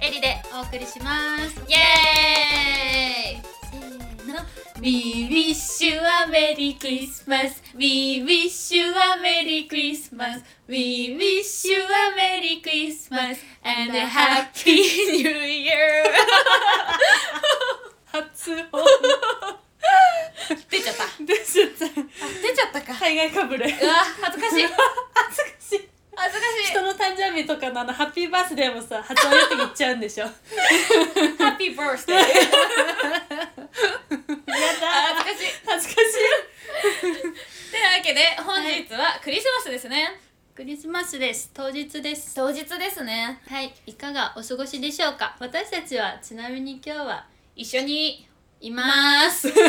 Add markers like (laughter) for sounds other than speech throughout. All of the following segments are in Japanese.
エリでお送りしますイエーイせーの We wish you a Merry Christmas We wish you a Merry Christmas We wish you a Merry Christmas And a Happy New Year (laughs) 初音 (laughs) 出ちゃった (laughs) 出ちゃった出ちゃったか海外かぶれうわ恥ずかしい恥ずかしい恥ずかしい人の誕生日とかのあのハッピーバースデーもさ初音って言っちゃうんでしょやハッピーバースデー恥ずかだしい恥ずかしいてなわけで本日はクリスマスですね、クリスマスです当日です当日ですねはいいかがお過ごしでしょうか私たちはちなみに今日は一緒にい (laughs) ますて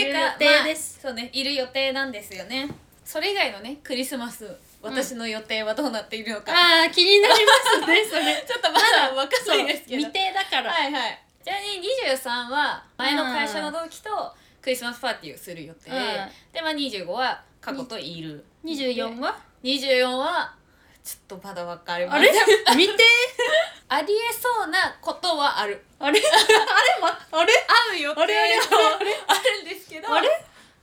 いる予か定です、まあそうねいる予定なんですよねそれ以外のねクリスマス私の予定はどうなっているのか、あー気になりますねそれ (laughs) ちょっとまだわかんないですけど未定だから、はいはいちなみに23は前の会社の同期とクリスマスパーティーをする予定、うんで、まあ、25は過去といる24は24はちょっとまだ分かりまあせれん (laughs) 見てありえそうなことはあるあれあれ、ま、あれある予定あれあれあれあるんですけどあれあ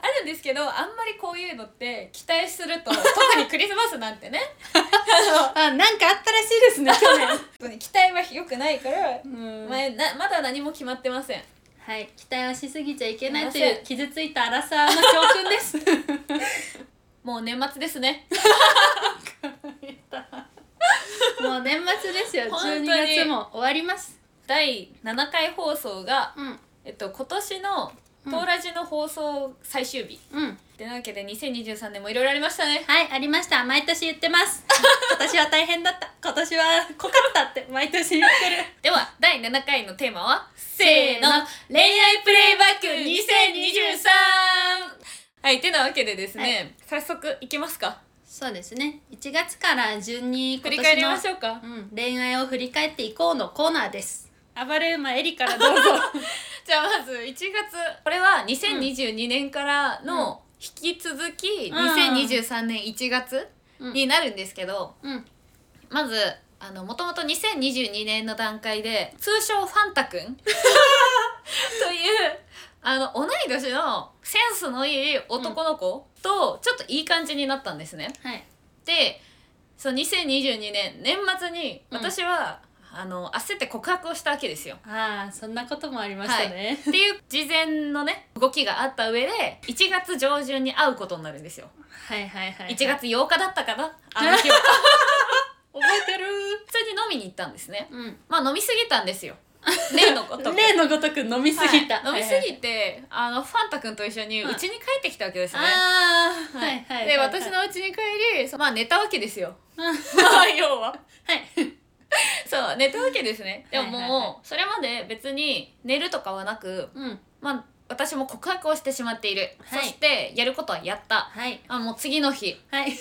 るんですけどあんまりこういうのって期待すると特にクリスマスなんてね (laughs) ああなんかあったらしいですね去年の期待は良くないから、うん前なまだ何も決まってませんはい期待はしすぎちゃいけないとすいいませうん傷ついたアラサーの教訓です (laughs) もう年末ですねもう年末ですよ本当12に月も終わります第7回放送が、うんえっと、今年の「東ラジ」の放送最終日、うんってなわけで2023年もいろいろありましたねはいありました毎年言ってます (laughs) 今年は大変だった今年は濃かったって毎年言ってるでは第7回のテーマはせせーーのの恋愛プレイバック2023はいてなわけでですね、早速いきますかそうですね1月から順に今振年りの返りましょうかうん、恋愛を振り返っていこうのコーナーです暴れ馬エリからどうぞじゃあまず1月これは2022年からの引き続きうん2023年1月になるんですけど、 (laughs) うんまずあのもともと2022年の段階で通称ファンタ君 (laughs) というあの同い年のセンスのいい男の子とちょっといい感じになったんですね。はいでそう2022年年末にうん私は、あの焦って告白をしたわけですよ。ああそんなこともありましたね、っていう事前のね (laughs) 動きがあった上で1月上旬に会うことになるんですよはい、はいはいはい1月8日だったかな (laughs) あの日は覚えてる普通に飲みに行ったんですね (laughs) うんまあ飲みすぎたん (laughs) ですよ例のこと例のごとく飲みすぎた、はい飲みすぎてあのファンタ君と一緒にうちに帰ってきたわけですね、ああはいはいはいで私のうちに帰りそうまあ寝たわけです (laughs) ようんまあ要ははいそう寝たわけですねでももう、はいはいはそれまで別に寝るとかはなくうんまあ私も告白をしてしまっている、はいそしてやることはやったはいあもう次の日はい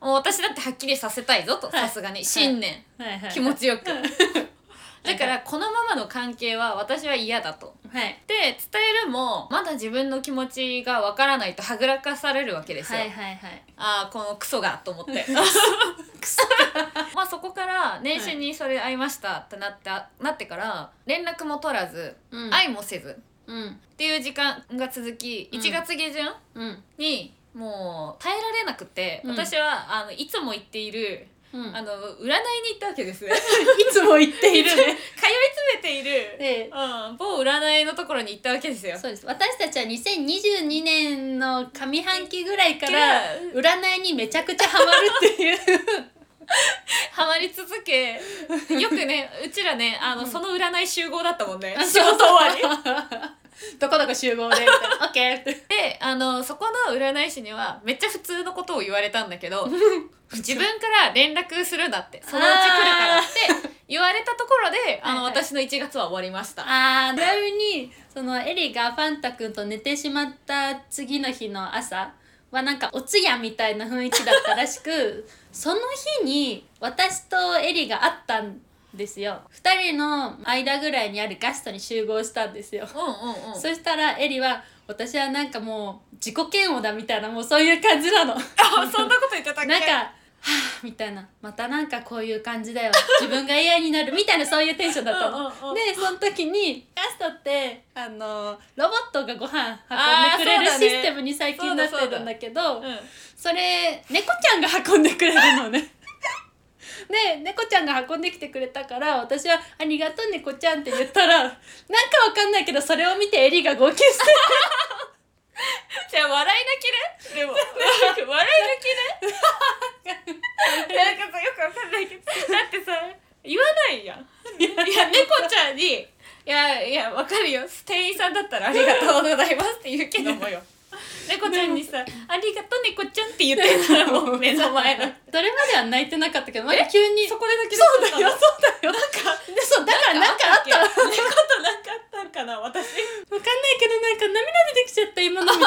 もう私だってはっきりさせたいぞとはいさすがに信念、はいはい気持ちよく、いだからこのままの関係は私は嫌だとはいで伝えるもまだ自分の気持ちがわからないとはぐらかされるわけですよ、はいはいはいああこのクソがと思って (laughs) (laughs) まあそこから年始にそれ会いましたってなってなってから連絡も取らずうん愛もせずっうんていう時間が続きうん1月下旬、うんにもう耐えられなくて、うん私はあのいつも行っているうんあの占いに行ったわけです (laughs) 通いいつも言っているね詰めている、でうん、某占いのところに行ったわけですよ。そうです私たちは2022年の上半期ぐらいからか占いにめちゃくちゃハマるって (laughs) いうハマり続けよくねうちらねあの、うんその占い集合だったもんねあ仕事終 (laughs) わり。どこどこ集合でみたいなオッケーってであのそこの占い師にはめっちゃ普通のことを言われたんだけど自分から連絡するなってそのうち来るからって言われたところであのはいはい私の1月は終わりました。あーちなみにそのエリがファンタ君と寝てしまった次の日の朝はなんかお通夜みたいな雰囲気だったらしく (laughs) その日に私とエリが会ったんですよ2人の間ぐらいにあるガストに集合したんですよ、うんうんうん、そしたらエリは私 (laughs) はなんかもう自己嫌悪だみたいなもうそういう感じなのあそんなこと言ってたっけなんかみたいなまたなんかこういう感じだよ自分が嫌になるみたいなそういうテンションだったの。うんでその時にガストってあのロボットがご飯あー運んでくれるそうだねシステムに最近なってるんだけどそうんれ猫ちゃんが運んでくれる (laughs) のね。で猫ちゃんが運んできてくれたから私は「ありがとう猫ちゃん」って言ったらなんかわかんないけどそれを見てエリが号泣してじゃあ笑い泣きねでもなんか笑い泣きね (laughs) なんかさよくわかんないけどだってさ言わないやんいや猫ちゃんに「いやいやわかるよ店員さんだったらありがとうございます」って言うけどもよ猫ちゃんにさ「ありがとう猫ちゃん」って言ってたらも (laughs) う目 (laughs) の前のそれまでは泣いてなかったけどまだ急にそこで泣き出しそちうゃだったよのそうだよなんかでそうだからなんかあったわかんないそういうことなかったんかな (laughs) 私けどなんか涙出てきちゃった今のみ (laughs)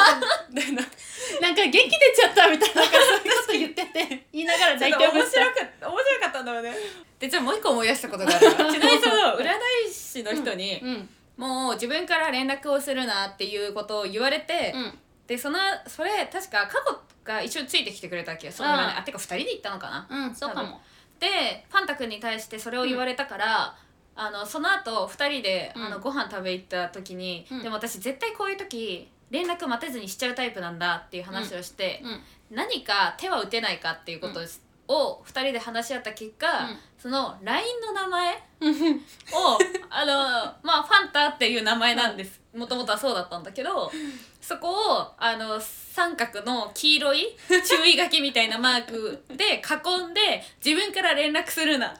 たいな (laughs) なんか元気出ちゃったみたいななんかそういうこと言ってて言いながら面泣い白てかましたった面白かったんだよねでじゃあもう一個思い出したことがあるわちなみにその占い師の人に、うんもう自分から連絡をするなっていうことを言われて、うんでそのそれ確か過去が一緒についてきてくれたっけそのああああてか2人で行ったのかなうんそうかもでパンタ君に対してそれを言われたから、あのその後2人で、うんあのご飯食べ行った時に、うんでも私絶対こういう時連絡待てずにしちゃうタイプなんだっていう話をして、うん何か手は打てないかっていうことを,、を2人で話し合った結果、うんその LINE の名 (laughs) 前うんをあのまあファンタっていう名前なんですもともとはそうだったんだけどそこをあの三角の黄色い注意書きみたいなマークで囲んで自分から連絡するなっ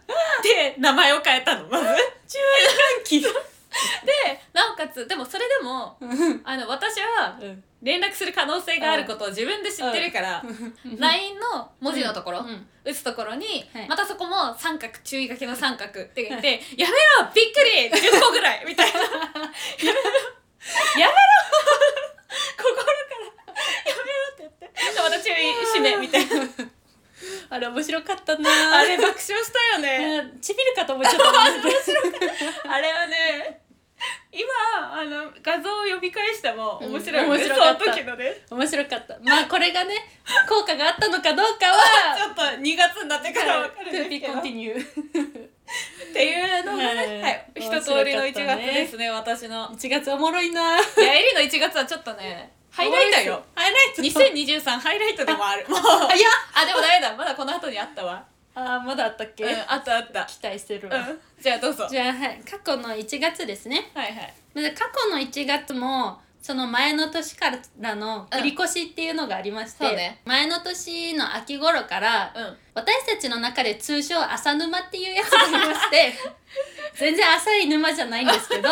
て名前を変えたのまず。注意喚起でなおかつでもそれでもあの私はうん連絡する可能性があることを自分で知ってるからうん LINE の文字のところうん打つところに、はいまたそこも三角注意書きの三角って (laughs) 言って「やめろびっくり !10 個ぐらい!」みたいな「やめろやめろ心からやめろ!」って言ってでまた注意締めみたいな (laughs) あれ面白かったなあれ爆笑したよねうんちびるかと思っちゃったあれはね今あの画像を読み返しても面白いようん面ね、白かったその時のね面白かったまあこれがね効果があったのかどうかはちょっと2月になってから分かるんトでゥすービけーどコンティニューっていうのがね、はいはい、一面白か通ったりねの1月ですね私の。 1月おもろいないやエリの1月はちょっとねハイライトよハイライ (laughs) ト2023ハイライトでもあ (laughs) るもうあいやでもダメだまだこの後にあったわあーまだあったっけ、うんあったあった期待してるわ、うんじゃあどうぞじゃあ、はい、過去の1月ですねはいはいまず過去の1月もその前の年からの繰り越しっていうのがありまして、うんそうね前の年の秋頃から、うん私たちの中で通称浅沼っていうやつがありまして (laughs) 全然浅い沼じゃないんですけど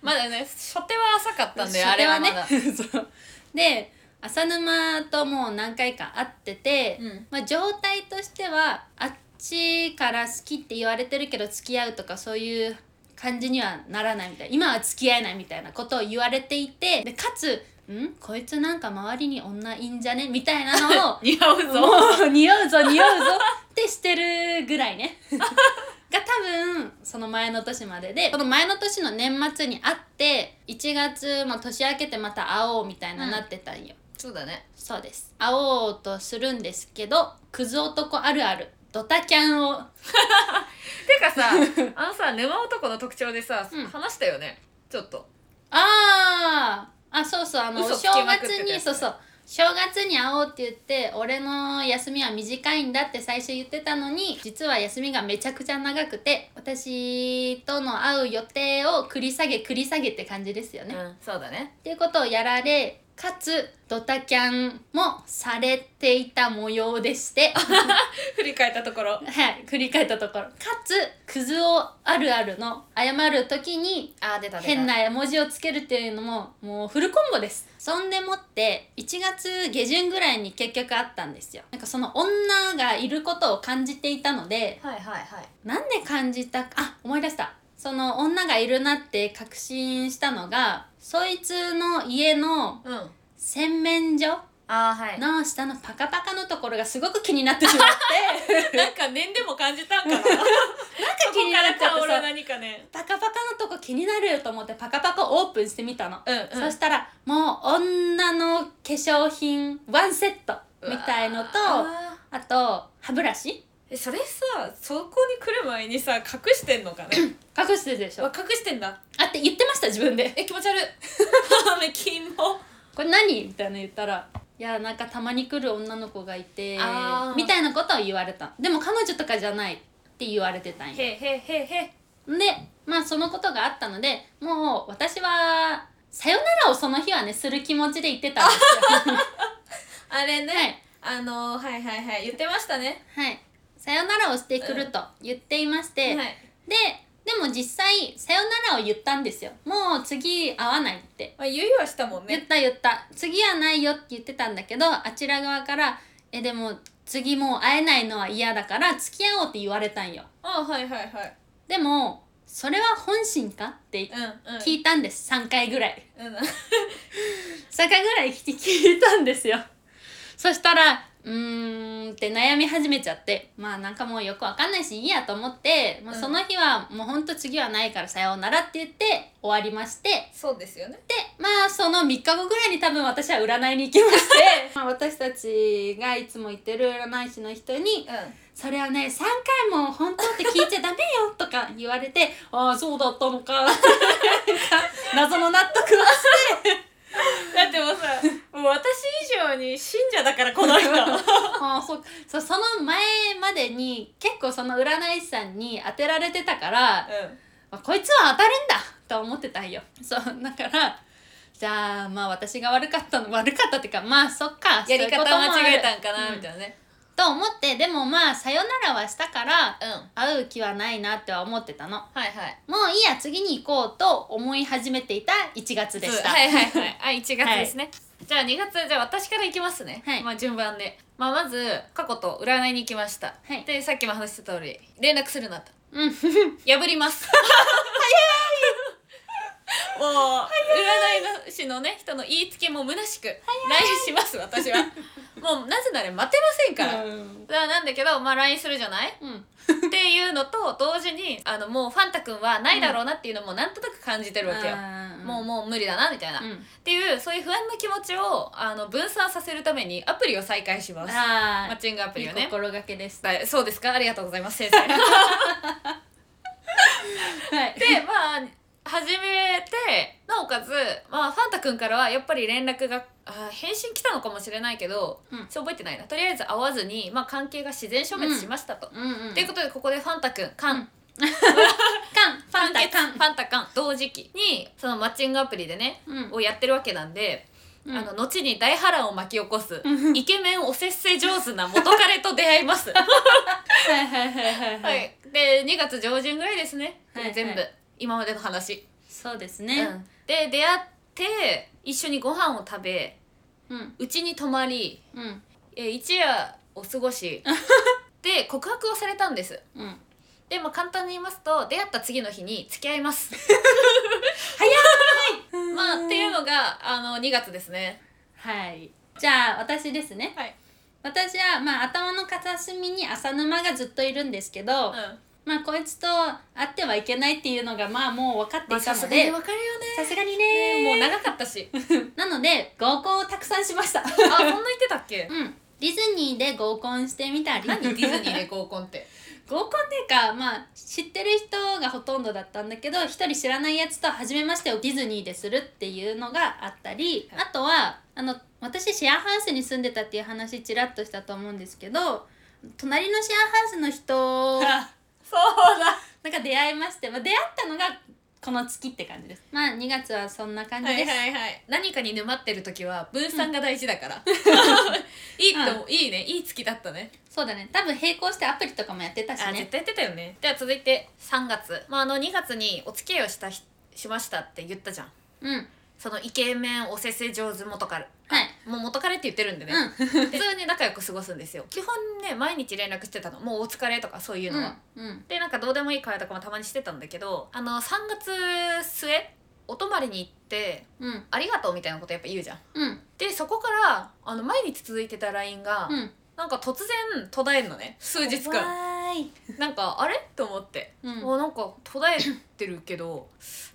まだね初手は浅かったんだよあ初手れははまね (laughs) だそうで浅沼ともう何回か会ってて、うんまあ、状態としてはあっちから好きって言われてるけど付き合うとかそういう感じにはならないみたいな今は付き合えないみたいなことを言われていてでかつ「んこいつなんか周りに女いいんじゃね?」みたいなのを似合うぞも (laughs) う似合うぞ似合うぞってしてるぐらいねが多分その前の年まででその前の年の年末に会って1月、まあ、年明けてまた会おうみたいなうんなってたんよ、そうだねそうです会おうとするんですけどクズ男あるあるドタキャンをてか (laughs) さあのさ沼男の特徴でさ、うん話したよねちょっとあーあそうそうあの嘘つ正きまくっ月てたやつねに、そうそう正月に会おうって言って俺の休みは短いんだって最初言ってたのに実は休みがめちゃくちゃ長くて私との会う予定を繰り下げ繰り下げって感じですよね。っんそうだねていうことをやられかつドタキャンもされていた模様でして。 (laughs) 振り返ったところはい、繰り返ったところかつクズをあるあるの謝る時にあー出た出た変な絵文字をつけるっていうのももうフルコンボですそんでもって1月下旬ぐらいに結局あったんですよなんかその女がいることを感じていたのではいはいはいなんで感じたかあ思い出したその女がいるなって確信したのがそいつの家のうん洗面所あーはい (laughs) の下のパカパカのところがすごく気になってしまってなんか念でも感じたんかなそ気こにかならっちゃってさ香る何かねパカパカのとこ気になると思ってパカパカオープンしてみたの、うんうそしたらもう女の化粧品ワンセットみたいのとあーあと歯ブラシえそれさそこに来る前にさ隠してんのかね隠してるでしょわ隠してんだあって言ってました自分でえ気持ち (laughs) 悪いめキモこれ何みたいなの言ったら「いやなんかたまに来る女の子がいてあー」みたいなことを言われたでも彼女とかじゃないって言われてたんへやへへへでまあそのことがあったのでもう私は「さよなら」をその日はねする気持ちで言ってたんです (laughs) よあれね、はいあのはいはいはい言ってましたねはい「さよなら」をしてくると言っていまして、はいででも実際「さよなら」を言ったんですよもう次会わないってまあ言いはしたもん言っねた言った次はないよって言ってたんだけどあちら側から「えでも次もう会えないのは嫌だから付き合おう」って言われたんよあはいはいはいでもそれは本心かってうんうん聞いたんです3回ぐらいうん3回ぐらい聞聞いたんですよ (laughs) そしたらうーんって悩み始めちゃってまあなんかもうよくわかんないしいいやと思って、まあ、うんその日はもうほんと次はないからさようならって言って終わりましてそうですよねでまあその3日後ぐらいに多分私は占いに行きまして (laughs) まあ私たちがいつも行ってる占い師の人にうん「それはね3回も本当って聞いちゃダメよ」とか言われて「ああそうだったのか」 (laughs) 謎の納得はだってもう (laughs) さもう私以上に信者だからこの (laughs) 人あーそうそうその前までに結構その占い師さんに当てられてたから、まあ、こいつは当たるんだと思ってたんよそうだからじゃあまあ私が悪かったの悪かったっていうかまあそっかやり方間違えたんかうないうこともあるみたいなねと思ってでもまあさよならはしたからうん会う気はないなっては思ってたのはいはいもういいや次に行こうと思い始めていた1月でした、はいはいはいあ1月ですね、じゃあ2月じゃあ私からいきますね、はいまあ順番で、まあ、まず過去と占いに行きました、はいでさっきも話してた通り連絡するなとうん破りますもう占いの師のね人の言いつけも虚しく LINE します私はもうなぜなら待てませんから、だからなんだけどまあ LINE するじゃないうんっていうのと同時にあのもうファンタ君はないだろうなっていうのもなんとなく感じてるわけよ、もうもう無理だなみたいな、うっん、ていうそういう不安な気持ちをあの分散させるためにアプリを再開しますマあッチングアプーいリいをね心がけですだいそうですかありがとうございます先生ではいまあ始めてなおかつ、まあ、ファンタ君からはやっぱり連絡があー返信来たのかもしれないけど、うんそう覚えてないなとりあえず会わずに、まあ、関係が自然消滅しましたと。うんうんということでここでファンタ君カンカンフファァンンタタカカンンファンタカン同時期にそのマッチングアプリでね、うんをやってるわけなんで、うんあの後に大波乱を巻き起こす、うんイケメンおせっせ上手な元彼と出会います、は (laughs) はいはいはいはいはいい、で2月上旬ぐらいですね、はいはい全部今までの話、そうですうねんで出会って一緒にご飯を食べうんうちに泊まりうんえー一夜を過 (laughs) ごしで告白をされたんですうんでも簡単に言いますと出会った次の日に付き合いますうんまあっていうのがあの2月ですねはいじゃあ私ですねはい私はまあ頭の片隅に浅沼がずっといるんですけど、うんまあこいつと会ってはいけないっていうのがまあもう分かっていたさのすがにでわかるよねさすがにもうね長かったしあなので合コンをたくさんしましたそんな言ってたっけうんディズニーで合コンしてみたり何ディズニーで合コンって合コンっていうかまあ知ってる人がほとんどだったんだけど一人知らないやつと初めましてをディズニーでするっていうのがあったり、はいあとはあの私シェアハウスに住んでたっていう話ちらっとしたと思うんですけど隣のシェアハウスの (laughs) 人そうだなんか出会いまして、まあ、出会ったのがこの月って感じですまあ2月はそんな感じはでいす、はいはい何かに沼ってる時は分散が大事だから、 (laughs) いいと、いいねいい月だったねそうだね多分並行してアプリとかもやってたしあ絶ね対やってたよねでは続いて3月、まあ、あの2月にお付き合いをしたひしましたって言ったじゃんうんそのイケメンおせせ上手元彼はいもう元彼って言ってるんでね、う普通に仲良く過ごすんですよ基本ね毎日連絡してたのもうお疲れとかそういうんのうは、んうんでなんかどうでもいい会話とかもたまにしてたんだけどあの3月末お泊まりに行ってうん「ありがとう」みたいなことやっぱ言うじゃん。うんでそこからあの毎日続いてた LINE が、うんなんか突然途絶えるのね数日わ間ーいなんかあれと思って、うんもうなんか途絶えてるけど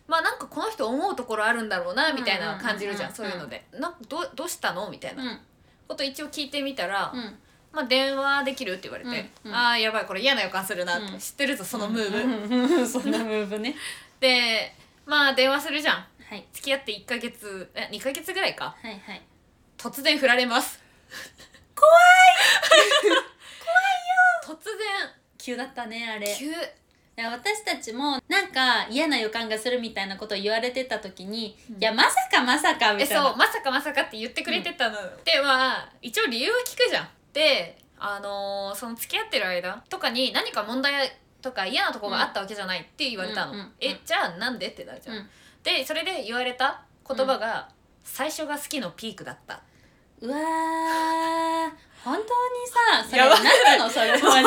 まあなんかこの人思うところあるんだろうなみたいな感じるじうんゃん,、うんそううんうんいうので「なんかどうどうしたの?」みたいなうんこと一応聞いてみたら、うんまあ、電話できるって言われて、うんうんああやばいこれ嫌な予感するな、うん知ってるぞそのムーブ、ブそんなムーブねでまあ電話するじゃんはい付き合って1ヶ月え2ヶ月ぐらいかはいはい突然振られます (laughs) 怖い怖い急だったねあれよ突然急いや私たちもなんか嫌な予感がするみたいなことを言われてた時に、うんいやまさかまさかみえたいそうなまさかまさかって言ってくれてたの、でまあ一応理由は聞くじゃんであのーその付き合ってる間とかに何か問題とか嫌なとこがあったわけじゃないって言われたの、うんうんうんうんえじゃあなんでってなるじゃん、うんでそれで言われた言葉が、最初が好きのピークだったうわー本当にさそれやばい何なのそれマ (laughs) ジで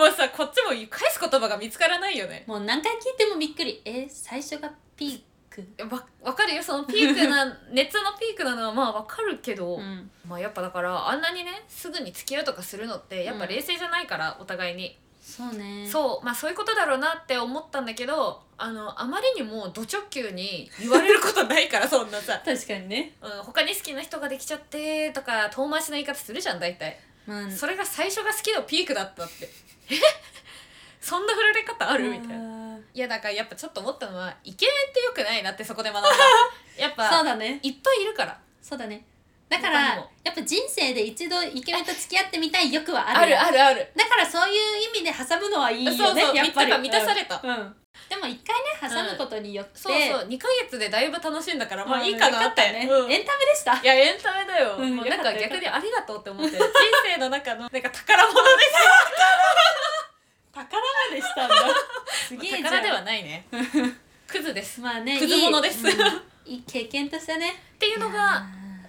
(laughs) もうさこっちも返す言葉が見つからないよねもう何回聞いてもびっくりえ最初がピークわわかるよそのピークな (laughs) 熱のピークなのはまあわかるけど、うんまあやっぱだからあんなにねすぐに付き合うとかするのってやっぱ冷静じゃないから、お互いにそうねそうまあそういうことだろうなって思ったんだけどあのあまりにもド直球に言われることないから (laughs) そんなさ、確かにねうん、他に好きな人ができちゃってとか遠回しの言い方するじゃん大体、まあそれが最初が好きのピークだったってえ (laughs) そんな振られ方あるみたいなないやだからやっぱちょっと思ったのはイケメンってよくないなってそこで学 (laughs) んだやっそうぱだねいっぱいいるからそうだねだか他らにもやっぱ人生で一度イケメンと付き合ってみたい欲はああるるあるあるだからそういう意味で挟むのはいいよねそうそうやっぱりみやっぱ満たされたうんうんでも一回ね挟むことによって、そうそう2ヶ月でだいぶ楽しんだからまあうんいいかなって、よかたねうんエンタメでしたいやエンタメだよ、うんもうなんよかっかたよかった逆にありがとうって思って人生の (laughs) 中のなんか宝物宝までしたんだすげえじでゃん宝ではない (laughs) ねクズですっまあねクズ者ですいい,、うんいい経験としてねていういのやが、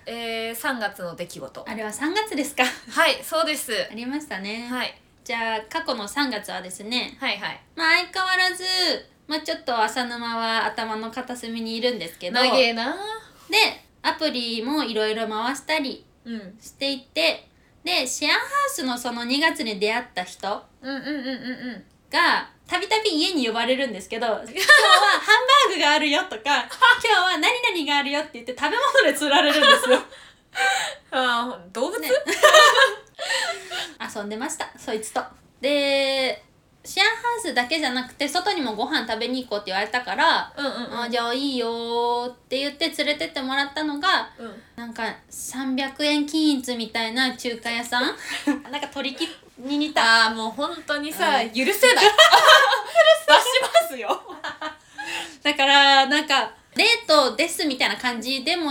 えー、3月の出来事ーあれは3月ですかはいそうです、ありましたね、はい、じゃあ過去の3月はですねはいはいまあ相変わらずまあちょっと浅沼は頭の片隅にいるんですけど長でえなアプリもいろいろ回したりうんうんしていてでシェアハウスのその2月に出会った人うんうんうんうんがたびたび家に呼ばれるんですけ (laughs) ど今日はハンバーグがあるよとか今日は何々があるよって言って食べ物で釣られるん (laughs) ですよあー動物、ね遊んでましたそいつとでシェアハウスだけじゃなくて外にもご飯食べに行こうって言われたから、うんうんあじゃあいいよーって言って連れてってもらったのがうんなんか300円均一みたいな中華屋さん (laughs) なんか取り木に似たあーもう本当にさ、うん (laughs) 許せな出いしますよだからなんかデートですみたいな感じでも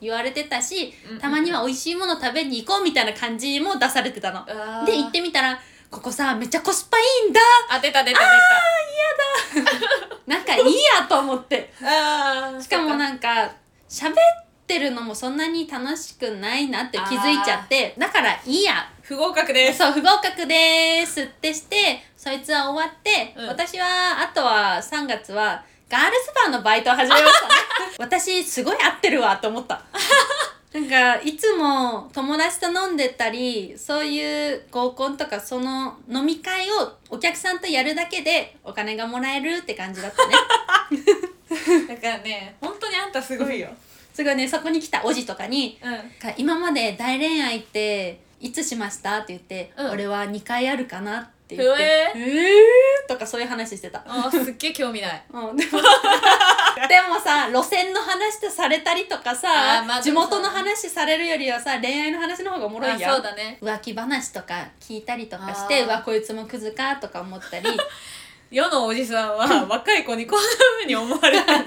言われてたし、うんたまには美味しいもの食べに行こうみたいな感じも出されてたの。あーで行ってみたらここさめっちゃコスパいいんだあ出た出た出たなんかいいやと思ってあーしかもなんか喋ってるのもそんなに楽しくないなって気づいちゃってだからいいや不合格で (laughs) すそう不合格ですってしてそいつは終わって、うん私はあとは3月はガールズバーのバイトを始めました (laughs) ね私すごい合ってるわと思ったなんかいつも友達と飲んでたりそういう合コンとかその飲み会をお客さんとやるだけでお金がもらえるって感じだ (laughs) ったねだからね本当にあんたすごいよすごいねそこに来たおじとかにうんか今まで大恋愛っていつしましたって言って、うん俺は2回あるかなって言ふってええー、とかそういう話してた。あーすっげえ興味ないうん、 (laughs) でもでもさ路線の話とされたりとかあーさ、まあ地元の話されるよりはさ恋愛の話の方がおもろいやあんそうだね浮気話とか聞いたりとかしてあーうわこいつもクズかとか思った (laughs) りっ世のおじさんは若い子にこんな風に思われてる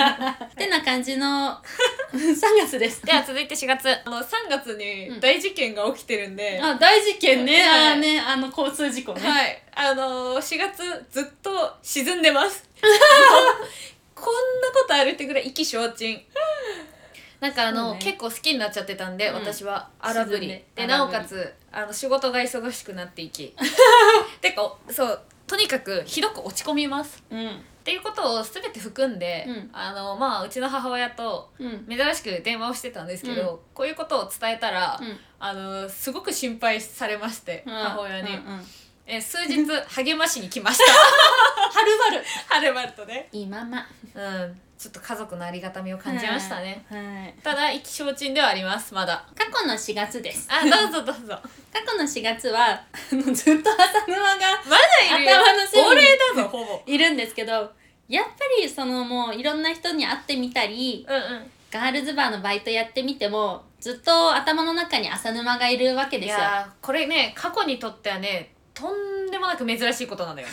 てな感じの (laughs) 3月です (laughs) では続いて4月あの3月に大事件が起きてるんで、あ大事件ね、はいあーねあの交通事故ね、はいあのー、4月ずっと沈んでます (laughs) こんなことあるってぐらい意気消沈なんかあその、うね結構好きになっちゃってたんで、うん私は荒ぶ沈りんででな荒おぶりかつあの仕事が忙しくなってい (laughs) きてかそうとにかくひどく落ち込みますうんっていうことを全て含んで、うんあのまあうちの母親とうん珍しく電話をしてたんですけど、うこういうことを伝えたら、うんあのすごく心配されまして、母親に、うんうんえー数日励ましに来ましたはるばる (laughs) はるばるとねいいままうんちょっと家族のありがたみを感じましたね、はいただ意気消沈ではありますまだ過去の4月ですあどうぞどうぞ過去の4月はあのずっと浅沼がまだいるよ頭の隅に亡霊だぞほぼいるんですけどやっぱりそのもういろんな人に会ってみたりうんうんガールズバーのバイトやってみてもずっと頭の中に浅沼がいるわけでいすよ。やーこれね過去にとってはねとんでもなく珍しいことなん (laughs) だよ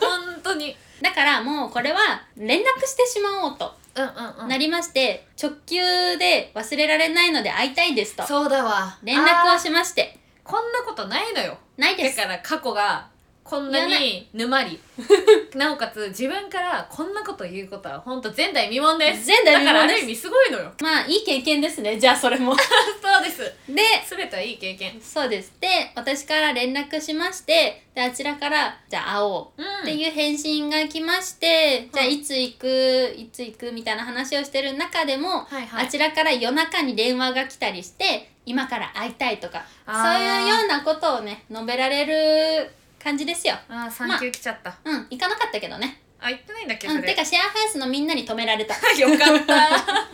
本当にだからもうこれは連絡してしまおうとうんうんうなりまして直球で忘れられないので会いたいですとそうだわ連絡をあーしましてこんなことないのよないでだすから過去がこんなに沼り (laughs) なおかつ自分からこんなこと言うことは本当前代未聞です前代未聞ですだからある意味すごいのよまあいい経験ですねじゃあそれ (laughs) もそうですで全てはいい経験そうですで私から連絡しましてであちらからじゃあ会おううんっていう返信が来まして、じゃあいつ行くいつ行くみたいな話をしてる中でも、はいはいあちらから夜中に電話が来たりして今から会いたいとかそあうーいうようなことをね述べられる感じですよ。あー産休来ちゃった、うん行かなかったけどね。あ言ってないんだっけそうん、れてかシェアハウスのみんなに止められた。よかった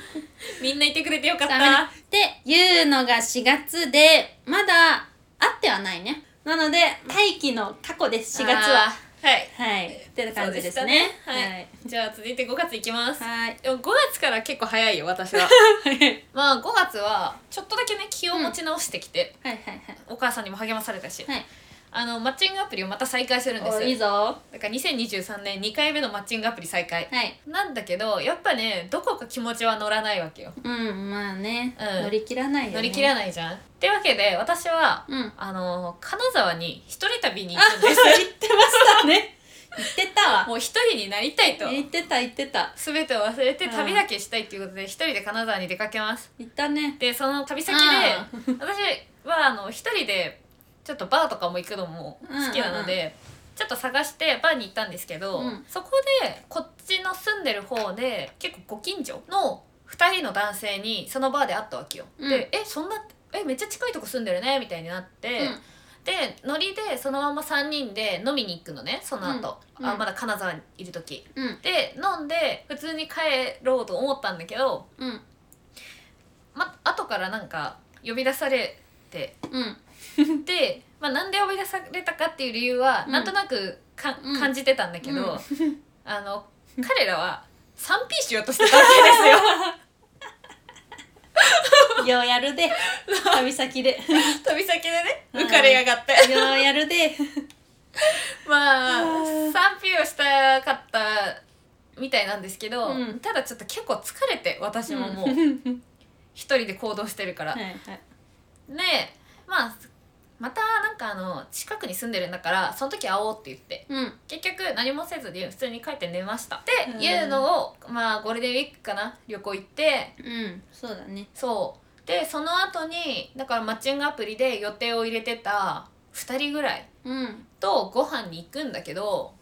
(laughs) みんないてくれてよ (laughs) かっダたメだっていうのが4月でまだ会ってはないね。なので待機の過去です4月は。あーはいはいってな感じですね。そうでしたはい、じゃあ続いて5月いきますはい。はいでも5月から結構早いよ私 (laughs) はまあ5月はちょっとだけね気を持ち直してきて、はいはいお母さんにも励まされたし、はいあのマッチングアプリをまた再開するんではい。おすいいぞ。はだから2023年2回目のマッチングアプリ再開い。なんだけどやっぱねどこか気持ちは乗らないわけようんまあね、うん乗り切らないよね。乗り切らい。ないじゃんってわけで私はうん。ああの金沢に一人旅に行くん言でっすてましたね。言ってたわ。もう一人になりたいと言ってた言ってた。全てを忘れてうん旅だけしたいっていうことで一人で金沢に出かけます言ったね。でその旅先で私はあの一人でちょっとバーとかも行くのも好きなので、うんちょっと探してバーに行ったんですけど、うんそこでこっちの住んでる方で結構ご近所の2人の男性にそのバーで会ったわけよ。うんで「えそんなえめっちゃ近いとこ住んでるね」みたいになって。うんでノリでそのまま3人で飲みに行くのねその後、うんうあんまだ金沢にいる時うんで飲んで普通に帰ろうと思ったんだけどうんま後からなんか呼び出されてうん (laughs) で、まあ、なんで呼び出されたかっていう理由は、うんなんとなくかうん感じてたんだけど、うんあの彼らは 3P しようとしてたわけですよようやるで旅先で旅先でねうん浮かれやがってようやる (laughs) でまああー 3P をしたかったみたいなんですけど、うんただちょっと結構疲れて私ももう一人で行動してるからは。いはいでまあまたなんかあの近くに住んでるんだからその時会おうって言ってうん結局何もせずに普通に帰って寝ましたってうんいうのをまあゴールデンウィークかな旅行行ってうんそうだねそうでその後にだからマッチングアプリで予定を入れてた2人ぐらいうんとご飯に行くんだけど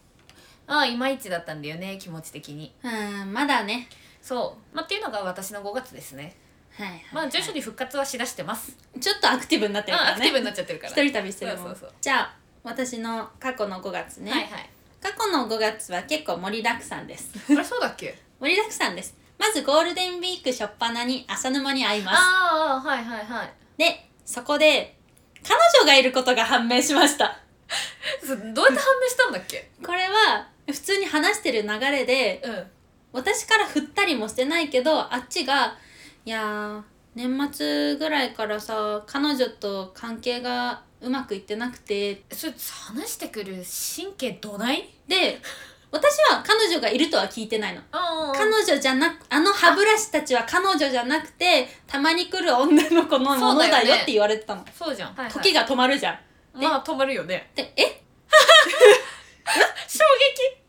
ああいまいちだったんだよね気持ち的にうんまだねそう、まあ、っていうのが私の5月ですねはいはい、まあ徐々に復活はしだしてます、ちょっとアクティブになってうんるかアらクティブねになっちゃってるか一ら、人旅してるもんそうそうそうじゃあ私の過去の5月ね、はいはい過去の5月は結構盛りだくさんですあれそうだっけ盛りだくさんですまずゴールデンウィーク初っ端に浅沼に会いますああはいはいはいでそこで彼女がいることが判明しました (laughs) そどうやって判明したんだっけこれは普通に話してる流れでうん私から振ったりもしてないけどあっちが「いやー年末ぐらいからさ彼女と関係がうまくいってなくてそれ話してくる神経どない」で私は彼女がいるとは聞いてないの。あ彼女じゃなくあの歯ブラシたちは彼女じゃなくてたまに来る女の子のものだそうだよよねって言われてたの、そうじゃん、はい時が止まるじゃんまあ止まるよねでえ (laughs) 衝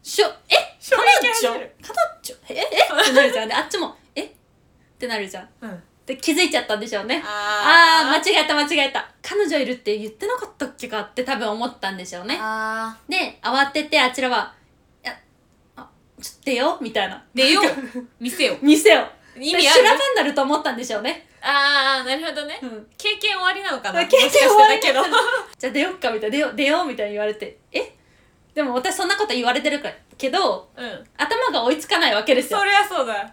しょえ衝撃彼走女る彼女えええってなるじゃんであっちもえってなるじゃん撃うんで気づいちゃったんでしょうねああー間違えた間違えた彼女いるって言ってなかったっけかって多分思ったんでしょうねあで慌ててあちらは「いやあちょっと出よう」みたいな (laughs) 出よう見せよう店を意意味味あある修羅場になると思ったんでしょうね、ああなるほどね、うん、経験終わりなのかな経験終わりもしかしてだけどじゃあ出よっかみたいな出よう出ようみたいに言われてえでも私そんなこと言われてるからけどうん頭が追いつかないわけですよそりゃそうだは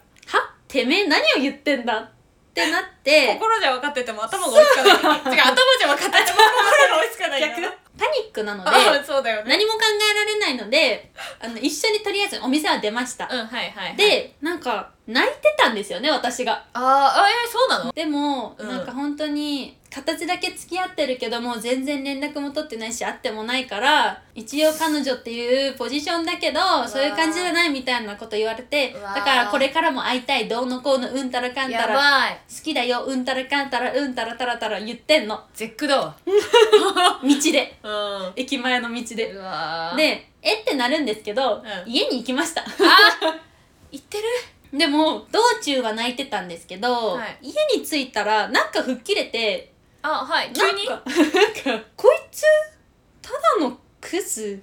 てめえ何を言ってんだってなって心じゃ分かってても頭が追いつかない違う頭じゃ分かってても心が追いつかない逆パニックなのであそうだよね何も考えられないのであの一緒にとりあえずお店は出ました、うんはいはい、はい、でなんか泣いてたんですよね私があーあえーそうなのでも、うんなんか本当に形だけ付き合ってるけどもう全然連絡も取ってないし会ってもないから一応彼女っていうポジションだけどーそういう感じじゃないみたいなこと言われてうわーだからこれからも会いたいどうのこうのうんたらかんたらや好ばいきだようんたらかんたらうんたらたらたら言ってんの (laughs) 絶句だわ道でうんう駅前の道でわーでえってなるんですけど、うん家に行きましたあ言ってるでも道中は泣いてたんですけど、はい家に着いたらなんか吹っ切れてあはい急になあんか (laughs) なんかこいつただのクズ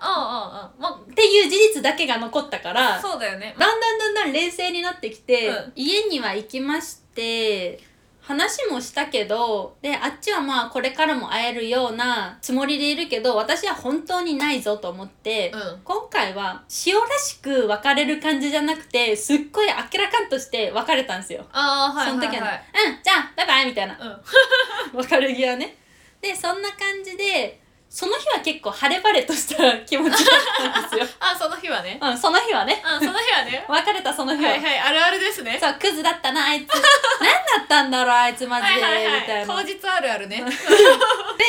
あああまっていう事実だけが残ったかあらそうだよね、だんだんだんだん冷静になってきて、うん家には行きまして話もしたけどであっちはまあこれからも会えるようなつもりでいるけど私は本当にないぞと思って、うん今回は塩らしく別れる感じじゃなくてすっごいあっけらかんとして別れたんですよ。ああはいそのはい時はね、はいうんじゃあバイバイみたいなうん別れ際ねでそんな感じでその日は結構晴れ晴れとした気持ちだったんですよ、 (laughs) あその日はねうん、その日はねあその日はね別れたその日は、はいはいあるあるですねそうクズだったなあいつ何だったんだろうあいつマジで、はいはみいはたいいな当日あるあるね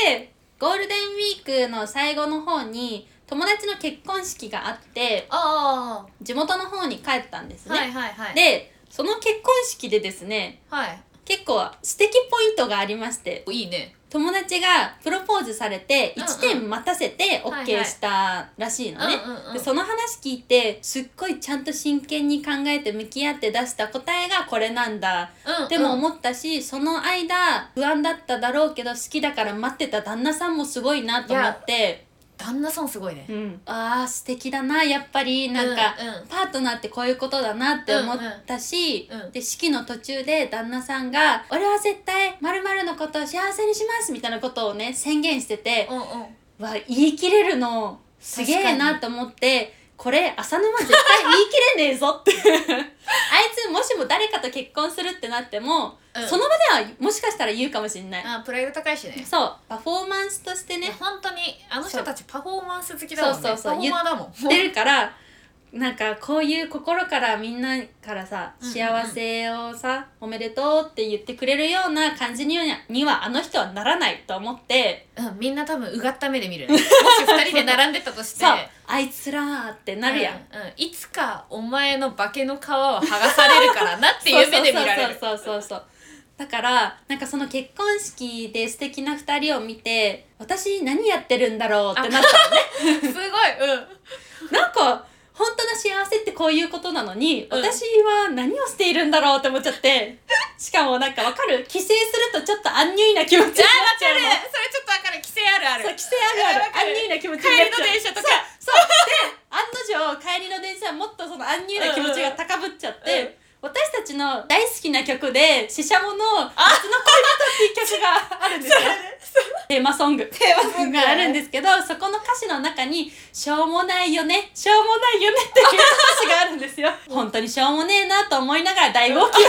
でゴールデンウィークの最後の方に友達の結婚式があってあ地元の方に帰ったんですあね、はいはいはいでその結婚式でですねはい結構素敵ポイントがありましていいね友達がプロポーズされてうんうん1点待たせてはいはい OK したらしいのね。うんうんうんでその話聞いてすっごいちゃんと真剣に考えて向き合って出した答えがこれなんだうんでも思ったし、その間不安だっただろうけど好きだから待ってた旦那さんもすごいなと思って、旦那さんすごいねうん、あー素敵だなやっぱりなんか、うんうんパートナーってこういうことだなって思ったし、うんうんうんで式の途中で旦那さんが「俺は絶対まるのことを幸せにします」みたいなことをね宣言してて、うんうんわ言い切れるのすげえなと思ってこれ浅沼絶対言い切れねえぞってあいつもしも誰かと結婚するってなっても、うんその場ではもしかしたら言うかもしんない、あプライド高いしねそうパフォーマンスとしてねね本当にあの人たちパフォーマンス好きだもんねそうそうそうパフォーマーだもん言ってるからなんかこういう心からみんなからさうんうんうん幸せをさ、おめでとうって言ってくれるような感じにはにはあの人はならないと思ってうんみんな多分うがった目で見る (laughs) ねもし二人で並んでたとしてさああいつらーってなるやん、うんうんいつかお前の化けの皮は剥がされるからなっていう目で見られ (laughs) るそうそうそうそうそうだからなんかその結婚式で素敵な2人を見て私何やってるんだろうってなったのねすごいうんなんか本当の幸せってこういうことなのに、うん私は何をしているんだろうって思っちゃってしかもなんかわかる帰省するとちょっとアンニュイな気持ちになっちゃうそれのちょっとわかる規制あるあるそう帰省あるわあかるアンニュイるな気持ちになっちゃ帰りうの電車とかそうで案の定帰りの電車はもっとその安入な気持ちが高ぶっちゃって、うんうん私たちの大好きな曲で「ししゃもの夏の恋人」っていう曲があるんですよ (laughs) テーマソングソングがあるんですけどそこの歌詞の中に「しょうもないよねしょうもないよね」 (laughs) っていう歌詞があるんですよ本当にしょうもねえなと思いながら大号泣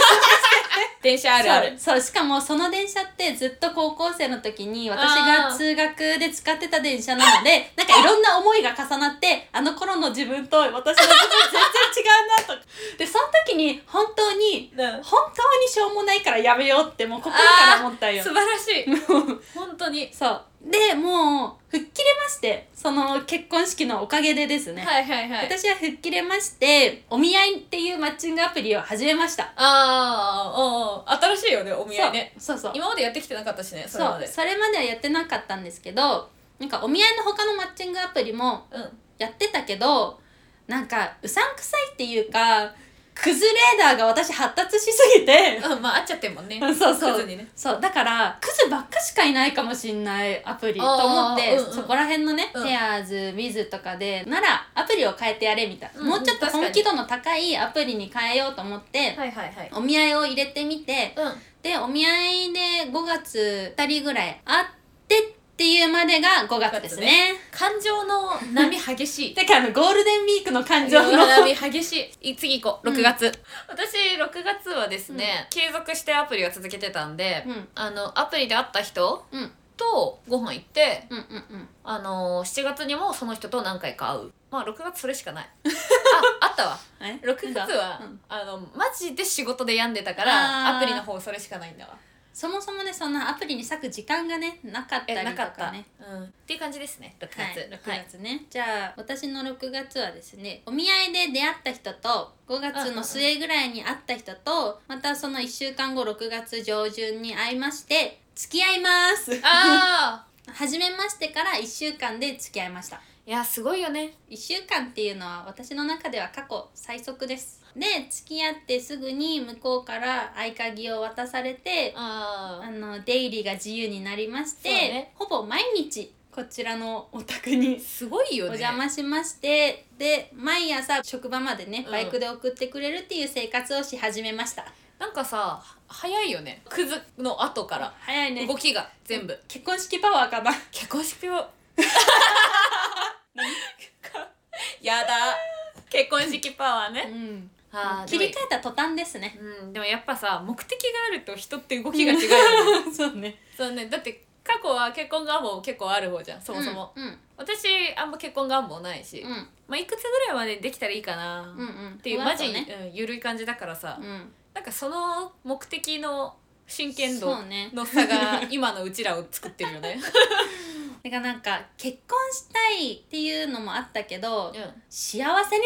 電車あるあるそうそうしかもその電車ってずっと高校生の時に私が通学で使ってた電車なのでなんかいろんな思いが重なってあの頃の自分と私の自分全然違うなとでその時に本当にう本ん当にしょうもないからやめようってもう心から思ったよ素晴らしいもう本当にそうでもう吹っ切れましてその結婚式のおかげでですね、はいはいはい私は吹っ切れましてお見合いっていうマッチングアプリを始めましたああうんうん新しいよねお見合いねそうそうそう今までやってきてなかったしねそれそまうでそれまではやってなかったんですけどなんかお見合いの他のマッチングアプリもうんやってたけどなんかうさんくさいっていうかクズレーダーが私発達しすぎてうんまあ会っちゃってんもんねそうそうクズにね (laughs) そうだからクズばっかしかいないかもしんないアプリと思って、あーうんうんそこら辺のね、うんペアーズウィズとかでならアプリを変えてやれみたいな、うんもうちょっと本気度の高いアプリに変えようと思って、はいはいはいお見合いを入れてみてうんでお見合いで5月2人ぐらい会ってっていうまでが5月ですね。感情の波激しいてかあのゴールデンウィークの感情感情のの波激しいい次行こううん6月、私6月はですね、継続してアプリを続けてたんで、うんあのアプリで会った人うんうんとご飯行ってうんうんあの7月にもその人と何回か会うまあ6月それしかないああったわえ6月は、うんあのマジで仕事で病んでたかあーらアプリの方それしかないんだわそもそもねそんなアプリに割く時間がねなかったえりなとかった、かねうん、っていう感じですね6月、はい、はい6月ね、じゃあ私の6月はですねお見合いで出会った人と5月の末ぐらいに会った人とまたその1週間後6月上旬に会いまして付き合いますああ初めましてから1週間で付き合いましたいやすごいよね1週間っていうのは私の中では過去最速ですで付き合ってすぐに向こうから合鍵を渡されてああの出入りが自由になりまして、そうねほぼ毎日こちらのお宅にーすごいよおね邪魔しましてで毎朝職場までねうんバイクで送ってくれるっていう生活をし始めました、なんかさ早いよねクズの後から早いね動きが全部結婚式パワーかな結婚式を (laughs) やだ結婚式パワーうねんあー切り替えた途端ですねでもうんでもやっぱさ目的があると人って動きが違うよね (laughs) そうねそうねだって過去は結婚願望結構ある方じゃんそもそも、うんうん私あんま結婚願望ないし、うんまあいくつぐらいまでできたらいいかな、うんっうんっていうマジ、うん、緩い感じだからさ、うんなんかその目的の真剣度そうねの差が今のうちらを作ってるよね。だからなんか結婚したいっていうのもあったけどう幸せになり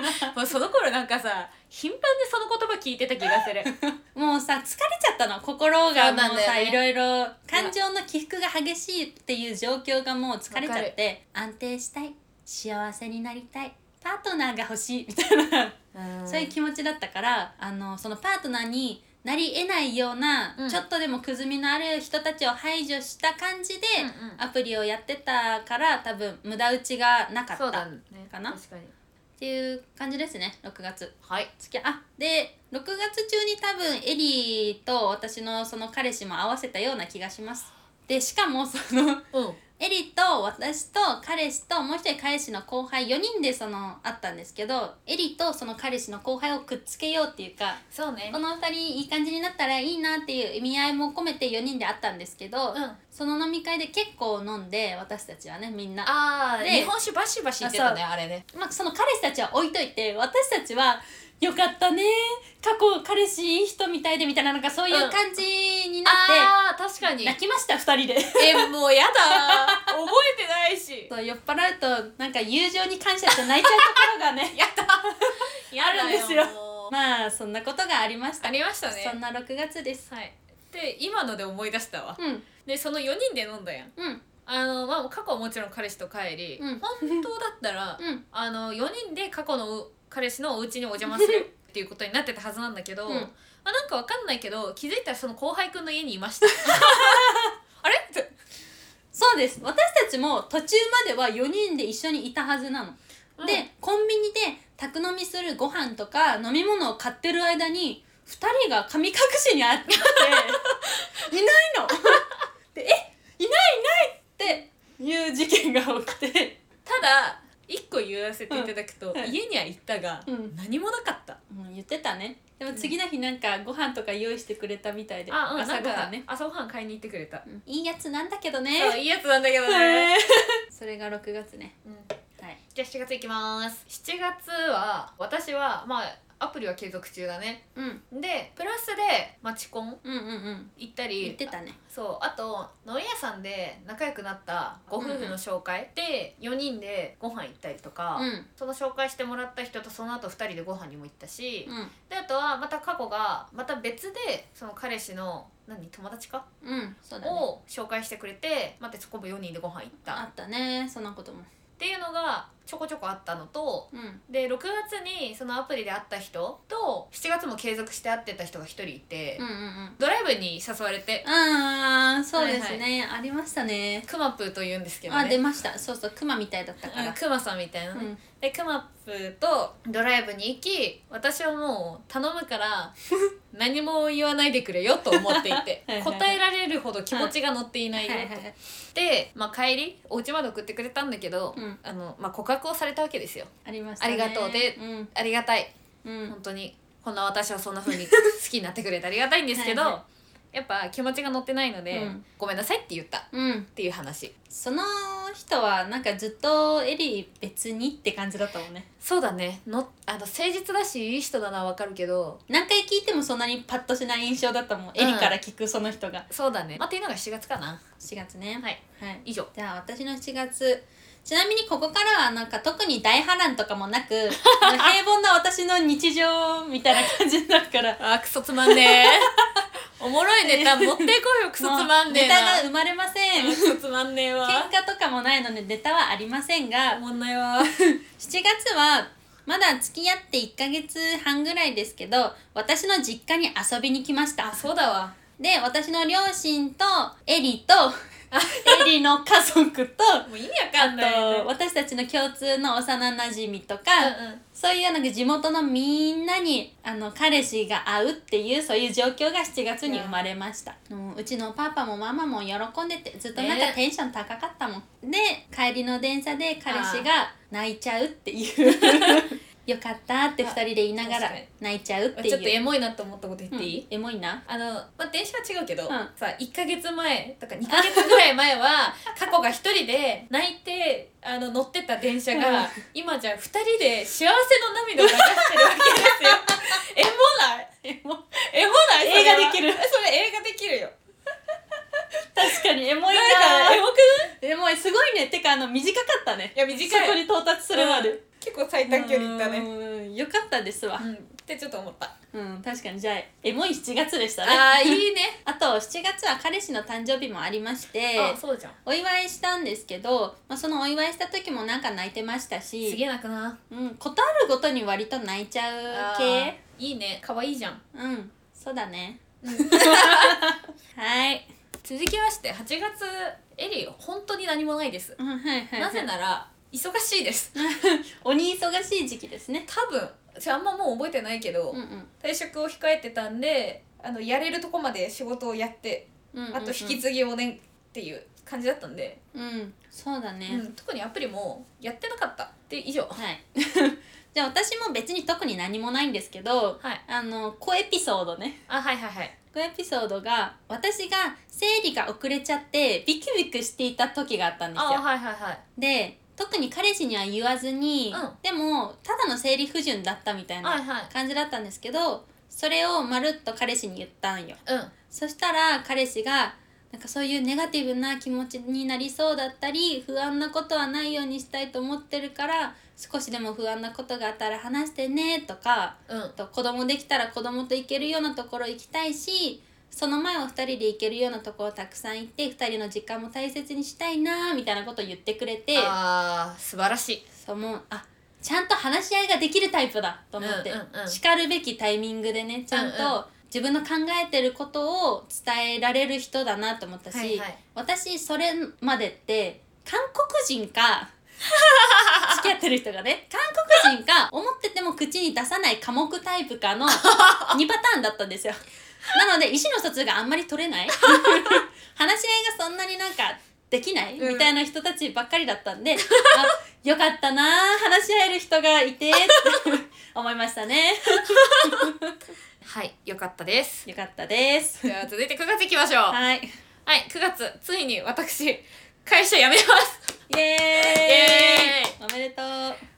ん、もうその頃なんかさ頻繁でその言葉聞いてた気がする。たいもうさ疲れちゃったの心そがうなんだよねもうさ、いろいろ感情の起伏が激しいっていう状況がもう疲れちゃって安定したい幸せになりたいパートナーが欲しいみたいなそういう気持ちだったからあのそのパートナーになり得ないような、うんちょっとでもくずみのある人たちを排除した感じで、うんうんアプリをやってたから多分無駄打ちがなかそうっだたっねかな確かにていう感じですね6月。はい付き合あで6月中に多分エリーと私のその彼氏も合わせたような気がします。でしかもその (laughs) うんエリと私と彼氏ともう一人彼氏の後輩4人でその会ったんですけどエリとその彼氏の後輩をくっつけようっていうかそうねこの2人いい感じになったらいいなっていう意味合いも込めて4人で会ったんですけど、うんその飲み会で結構飲んで私たちはねみんなあーで日本酒バシバシ言ってたねあれねまあ、その彼氏たちは置いといて私たちは「よかったね過去彼氏いい人みたいで」みたいななんかそういう感じになって、あー確かに泣きました2人でえもうやだ覚えてないしそう酔っ払うとなんか友情に感謝して (laughs) 泣いちゃうところがねやだあるんですよやだもうまあそんなことがありましたありましたねそんな6月ですはいで今ので思い出したわうんでその4人で飲んだやんうんあのまあ過去はもちろん彼氏と帰り、うん本当だった (laughs) らうんあの4人で過去の彼氏のお家にお邪魔するっていうことになってたはずなんだけど、うんまあ、なんかわかんないけど気づいたらその後輩くんの家にいました (laughs) あれってそうです私たちも途中までは4人で一緒にいたはずなの、うんでコンビニで宅飲みするご飯とか飲み物を買ってる間に2人が神隠しにあ (laughs) っていないのでえいないいないっていう事件が起きてただ一個言わせていただくと、うんはい家には行ったが、うん何もなかったうん言ってたねでも次の日なんかご飯とか用意してくれたみたいで、あ、うん、朝ごはんねね、朝ごはん買いに行ってくれた、うんいいやつなんだけどねそういいやつなんだけどね、ね (laughs) それが6月ねうんはいじゃあ7月いきます7月は私はまあアプリは継続中だねうんでプラスでマチコンうんうんうん行った言っりてたねそうあと飲み屋さんで仲良くなったご夫婦の紹介で4人でご飯行ったりとか、うんうんその紹介してもらった人とその後2人でご飯にも行ったし、であとはまた過去がまた別でその彼氏の何友達か、うんそうだねを紹介してくれてまたそこも4人でご飯行ったあったねそんなこともっていうのがちょこちょこあったのとうんで6月にそのアプリで会った人と7月も継続して会ってた人が1人いて、うんうんうんドライブに誘われてああそうですね、ありましたねクマプーと言うんですけどあ出ねましたそうそうクマみたいだったかうんら、クマさんみたいなうね、ん、でクマプーとドライブに行き私はもう頼むから (laughs) 何も言わないでくれよと思っていてはいはい答えられるほど気持ちが乗っていなはいいよはいとはいで、まあ、帰りお家まで送ってくれたんだけど、うんあのまあ、告白をされたわけですよありましたねありがとうでうんありがたいうん本当にこんな私はそん (laughs) な風に好きになってくれてありがたいんですけどはいはやっぱ気持ちが乗ってないので、うんごめんなさいって言ったっうんていう話その人はなんかずっとエリー別にって感じだったもんねそうだねのあの誠実だしいい人だなわかるけど何回聞いてもそんなにパッとしない印象だったもん、エリから聞くその人がそうだね、まあ、っていうのが7月かな4月ねはいはい以上じゃあ私の7月ちなみにここからはなんか特に大波乱とかもなく平 (laughs) 凡な私の日常みたいな感じになるからあークソつまんね (laughs) えおもろいネタ持ってこいよクソつまんもうネタねえがな生まれません喧クソつまんねえわ嘩とかもないのでネタはありませんおがもんな (laughs) いわ7月はまだ付き合って1ヶ月半ぐらいですけど私の実家に遊びに来ましたあそうだわで私の両親とエリ (laughs) とエリの家族ともう意味わかあんないよとね私たちの共通の幼なじみとか、うんうんそういうなんか地元のみんなにあの彼氏が会うっていうそういう状況が7月に生まれましたうんうちのパパもママも喜んでてずっとなんかねテンション高かったもん、で帰りの電車で彼氏が泣いちゃうっていう (laughs) よかったって2人で言いなが確らかに泣いちゃうっていうちょっとエモいなと思ったこと言っうんていい、エモいなあの、まあ、電車は違うけど、うんさ1か月前とか2か月ぐらい前 (laughs) は過去が1人で泣いてあの乗ってた電車が、うん今じゃ2人で幸せの涙を流してるわけです (laughs) よエモないエモエモないそれは映画できるそれ映画できるよ確かにエモいなんかエモくないエモいすごいねてかあの短かったねいや短いそこに到達するまで、うん結構最短距離いったねうんよかったですわうんってちょっと思ったうん確かにじゃあエモい7月でしたねあーいい (laughs) (laughs) ねあと7月は彼氏の誕生日もありましてあそうじゃんお祝いしたんですけど、まあ、そのお祝いした時もなんか泣いてましたすげし、えなくなうん、ことあるごとに割と泣いちゃう系いいね可愛いじゃんうんそうだね (laughs) はい、続きまして8月エリー本当に何もないですうん、はいはいはいなぜ (laughs) なら忙しいです鬼忙しい時期ですね多分私あんまもう覚えてないけど、うんうん退職を控えてたんであのやれるとこまで仕事をやってうんうんうんあと引き継ぎをねっていう感じだったんで、うんそうだうね、ん特にアプリもやってなかったで以上ははい (laughs) じゃあ私も別に特に何もないんですけどいあの小エピソードねあはいはいはいこのエピソードが私が生理が遅れちゃってビクビクしていた時があったんですあよ。はいはいはいで特に彼氏には言わずに、うんでもただの生理不順だったみたいはいなはい感じだったんですけどそれをまるっと彼氏に言ったんよ。うんそしたら彼氏がなんかそういうネガティブな気持ちになりそうだったり不安なことはないようにしたいと思ってるから少しでも不安なことがあったら話してねとかうんと子供できたら子供と行けるようなところ行きたいしその前は2人で行けるようなところたくさん行って2人の時間も大切にしたいなみたいなことを言ってくれてあー素晴らしいそうもうあちゃんと話し合いができるタイプだと思って、うんうんうん叱るべきタイミングでねちゃんうんうと自分の考えてることを伝えられる人だなと思ったし、はいはい私それまでって韓国人か付き合ってる人がね韓国人か思ってても口に出さない寡黙タイプかの2パターンだったんですよなので意思の疎通があんまり取れない話し合いがそんなになんかできない、うんみたいな人たちばっかりだったんであよかったな話し合える人がいてって思いましたねはいよかったですよかったですじゃあ続いて9月いきましょうは (laughs) はいい9月ついに私会社辞めます (laughs) イエイエーイおめでとう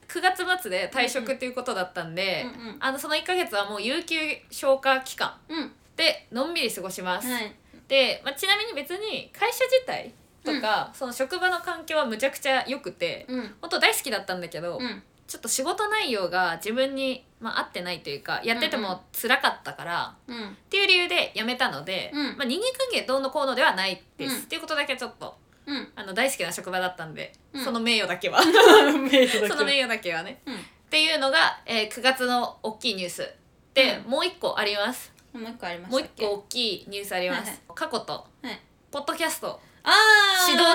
9月末で退職っていうことだったんで、うんうんあのその1ヶ月はもう有給消化期間うんでのんびり過ごします、はいで、まあ、ちなみに別に会社自体とか、その職場の環境はむちゃくちゃ良くて、うん本当大好きだったんだけど、うんちょっと仕事内容が自分に、まあ、合ってないというかやってても辛かったから、うんっていう理由で辞めたので、うんまあ、人間関係どうのこうのではないです、うんっていうことだけちょっと (laughs) うんあの大好きな職場だったんで、うんその名誉だけはメイクだけ (laughs) その名誉だけはね、うんっていうのが、えー9月の大きいニュースで、うもう一個ありますもう一個ありましもうたっ一け個大きいニュースありまはいす、はい過去とはいポッドキャストあー指導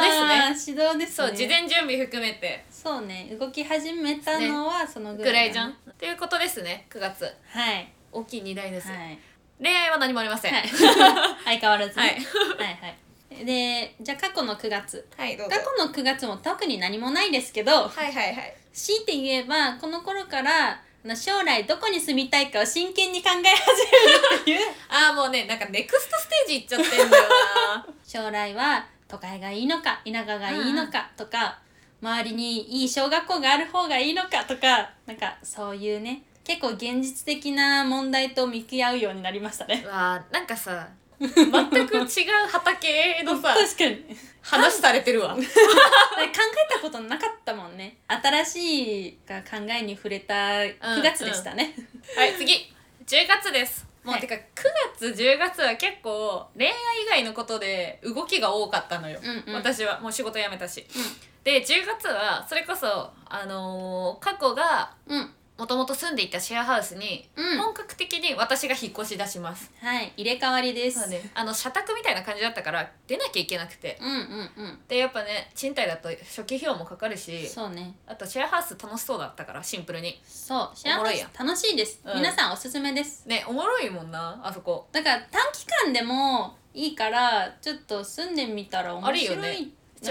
すね指導ですねそう、事前準備含めてそうね動き始めたのはそのぐぐららいいじだゃん、ねっていうことですね9月はい大きい2大です、はい恋愛は何もありませんはい (laughs) 相変わらずねはいはいはいでじゃあ過去の9月はいど過去の9月も特に何もないですけどはいはいはい強いて言えばこの頃からあの将来どこに住みたいかを真剣に考え始めるっていうああもうねなんかネクストステージ行っちゃってんだよ (laughs) な将来は都会がいいのか田舎がいいのかとか、周りにいい小学校がある方がいいのかとかなんかそういうね結構現実的な問題と向き合うようになりましたね。わーなんかさ全く違う畑の (laughs) さ確かに話されてる (laughs) わなんか考えたことなかったもんね新しいが考えに触れた9月でしたね、はい、次。10月です。もう、はいてか、9月、10月は結構、恋愛以外のことで動きが多かったのよ。うんうん私は、もう仕事辞めたし。うんで、10月は、それこそ、あのー過去が、うん、もともと住んでいたシェアハウスに、うん本格的に私が引っ越し出します。はい入れ替わりですそうね。あの、社宅みたいな感じだったから、出なきゃいけなくて。うんうんうんで、やっぱね、賃貸だと初期費用もかかるし、そうねあとシェアハウス楽しそうだったから、シンプルに。そうシェおアもハろウいスやん楽しいです、うん皆さんおすすめですね、おもろいもんな、あそこ。だから短期間でもいいからちょっと住んでみたら面白いあるよねじ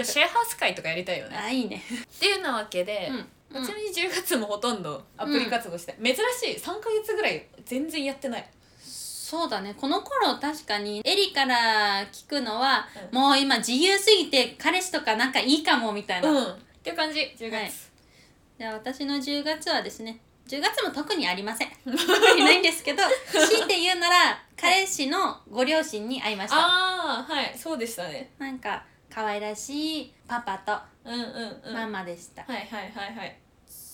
なゃんあかシェアハウス会とかやりたいよね。あいいね、っていうなわけで、うんうんちなみに10月もほとんどアプリ活動して、珍しい3ヶ月ぐらい全然やってないそうだねこの頃確かにエリから聞くのは、うもう今自由すぎて彼氏とかなんかいいかもみたいな、うんっていう感じ10月、はいじゃあ私の10月はですね10月も特にありま (laughs) せん特にないんですけど強いて言うなら彼氏のご両親に会いましたああはいそうでしたねなんか可愛らしいパパとうんうんうん、マはいマでした、はいはいはい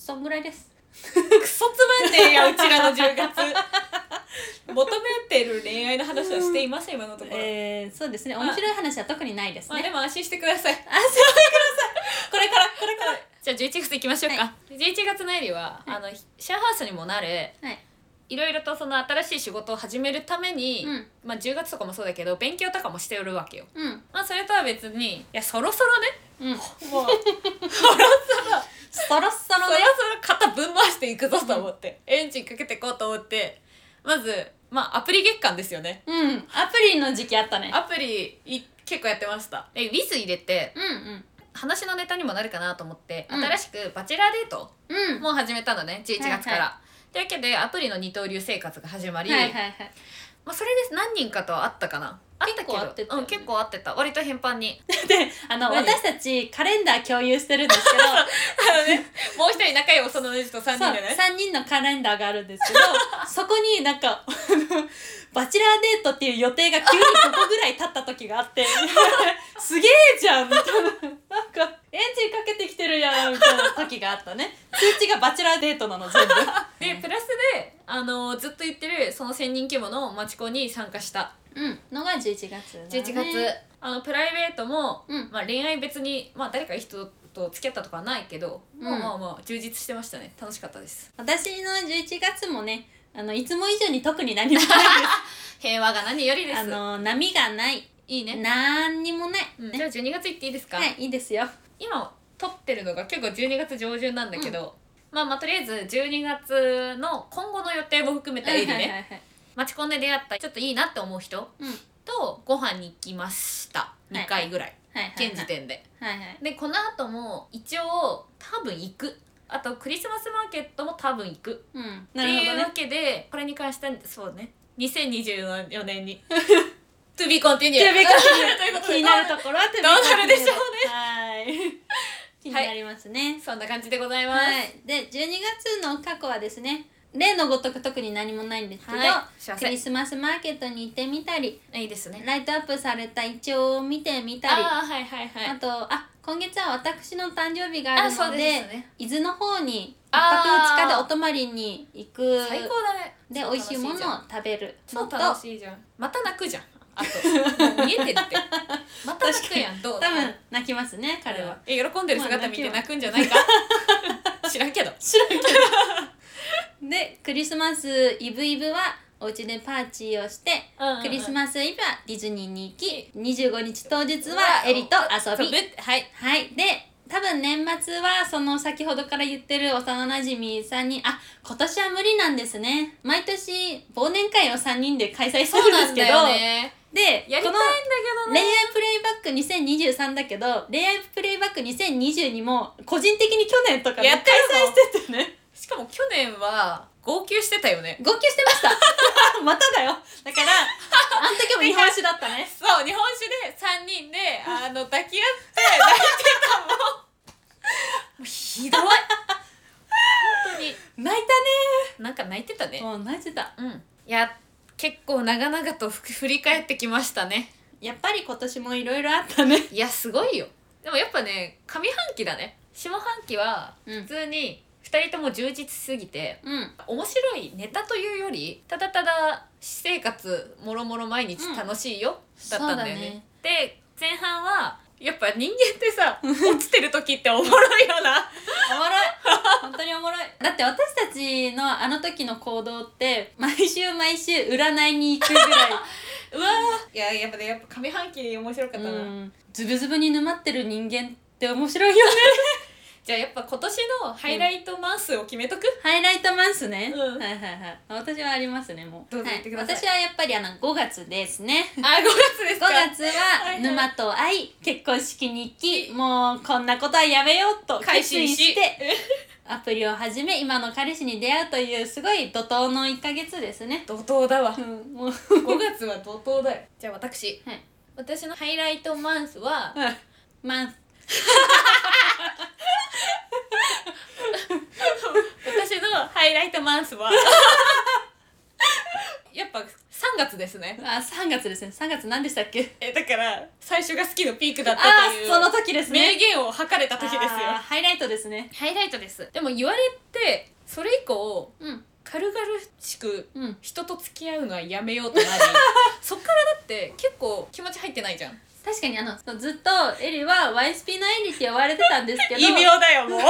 そんぐらいですクソつまんねえやうちらの10月 (laughs) 求めてる恋愛の話はしていません今のところ、えー、そうですね面白い話は特にないですまあね、でも安心してくださいあそうこれからこれからじゃあ11月行きましょうか、は11月のエリは、あのシェアハウスにもなれはいいろいろとその新しい仕事を始めるために、うんまあ、10月とかもそうだけど勉強とかもしておるわけよ、うんまあ、それとは別にいやそろそろねうん (laughs) もうそろそそろろねそろ肩ぶん回していくぞと思って、エンジンかけていこうと思ってまず、まあ、アプリ月間ですよねうんアプリの時期あったねアプリい結構やってましたえウィズ入れてうんうん話のネタにもなるかなと思って、うん新しくバチェラーデートうん (laughs) も始めたのね11月かはら。いはというわけでアプリの二刀流生活が始まり、はいはいはいまあ、それで何人かとは会ったかな会ったけど結構会ってたようねん、結構会ってた割と頻繁にであの何私たちカレンダー共有してるんですけど (laughs) もう一人仲良い幼のじと3そ人うでね3人のカレンダーがあるんですけど (laughs) そこになんかバチェラーデートっていう予定が急にここぐらい経った時があって (laughs) すげえじゃんみたいななんかエンジンかけてきてるやんみたいな時があったね通知がバチェラーデートなの全部でプラスで、あのーずっと言ってるその1000人規模の町子に参加したうんのが11月だね、 11月、あのプライベートも、うんまあ、恋愛別に、まあ、誰かいい人と付き合ったとかはないけど、うんまあまあまあ充実してましたね楽しかったです私の11月もねあのいつも以上に特に何もない平和が何よりで (laughs) ですすあの波がないいいね何にもない、うん、じねゃあ12月行っていいですか、はいいいですよ今撮ってるのが結構12月上旬なんだけど、まあまあとりあえず12月の今後の予定も含めたエリね、はいはいはい町コンで出会ったちょっといいなって思う人うんはいとご飯に行きましたい2回ぐらい、はいはい現時点ではいはいでこの後も一応多分行くあとクリスマスマーケットも多分行くうんっなてるほいどうわねけで、これに関してはそうね2024 (laughs) 年に To be という continued ことでということで気になるところはどうどうなるでしょうね (laughs) はい気になりますね (laughs) そんな感じでございます、はいで12月の過去はですね例のごとく特に何もないんですけど、はい幸せクリスマスマーケットに行ってみたりい、いですねライトアップされたイチョウを見てみたりああはいはいはいあとあ今月は私の誕生日があるあそのうでですね伊豆の方に一あ泊ー二日でお泊まりに行く最高だねで美味しいものを食べる超のと楽しいじゃんまた泣くじゃんあともう見えてる (laughs) ってまた泣くやんどう多分泣きますね彼は、え喜んでる姿見て泣くんじゃないか (laughs) 知らんけどでクリスマスイブイブはお家でパーティーをして、クリススマスイブはディズニーに行き25日当日はエリと遊びはいはいで多分年末はその先ほどから言ってる幼なじみさんにあ今年は無理なんですね毎年忘年会を3人で開催するそうんでなすんけだどよねでやりたいんこだのけど恋ね愛プレイバック2023だけど恋愛プレイバック2022も個人的に去年とかやねってるの開催しててねしかも去年は号泣してたよね号泣してましたまただよだからあん時も日本酒だったねそう日本酒で3人であの抱き合って泣いて (laughs) たもんもうひどい本当に泣いなんか泣いてたねもう泣いてたうんいや結構長々とふ振り返ってきましたねやっぱり今年もいろいろあったねいやすごいよでもやっぱね上半期だね下半期はうん普通に2人とも充実しすぎて、 (laughs) うん面白いネタというよりただただ私生活もろもろ毎日楽しいよ、だったんだよね。そうだねで前半はやっぱ人間ってさ落ちてる時っておもろいよな。おもろい本当におもろいだって私たちのあの時の行動って毎週毎週占いに行くぐら (laughs) いうわいややっぱねやっぱ上半期面白かったな。うんズブズブに沼ってる人間って面白いよ (laughs) ねじゃあやっぱ今年のハイライトマンスを決めとく、ハイライトマンスね、うんはいはいはい私はありますねもうどうぞ言ってくださいはい、私はやっぱりあの5月ですね (laughs) あ5月で5すか月いははい沼と愛結婚式に行きもうこんなことはやめようと (laughs) 改決心心ししてアプリを始め今の彼氏に出会うというすごい怒涛の1か月ですね、怒涛だわうん、もう (laughs) 5月は怒涛だよじゃあ私、はい私のハイライトマンスはマンス私のハイライトマンスは (laughs) やっぱ3月ですねあ3月ですね3月何でしたっけえだから最初が好きのピークだったあといーうその時です名ね言を吐かれたあ時ですよーハイライトですねハイライトですでも言われてそれ以降うん軽々しくうん人と付き合うのはやめよ (laughs) うとなりそっからだって結構気持ち入ってないじゃん確かにあのそうずっとエリは YSP のエリって呼ばれてたんですけどだよもう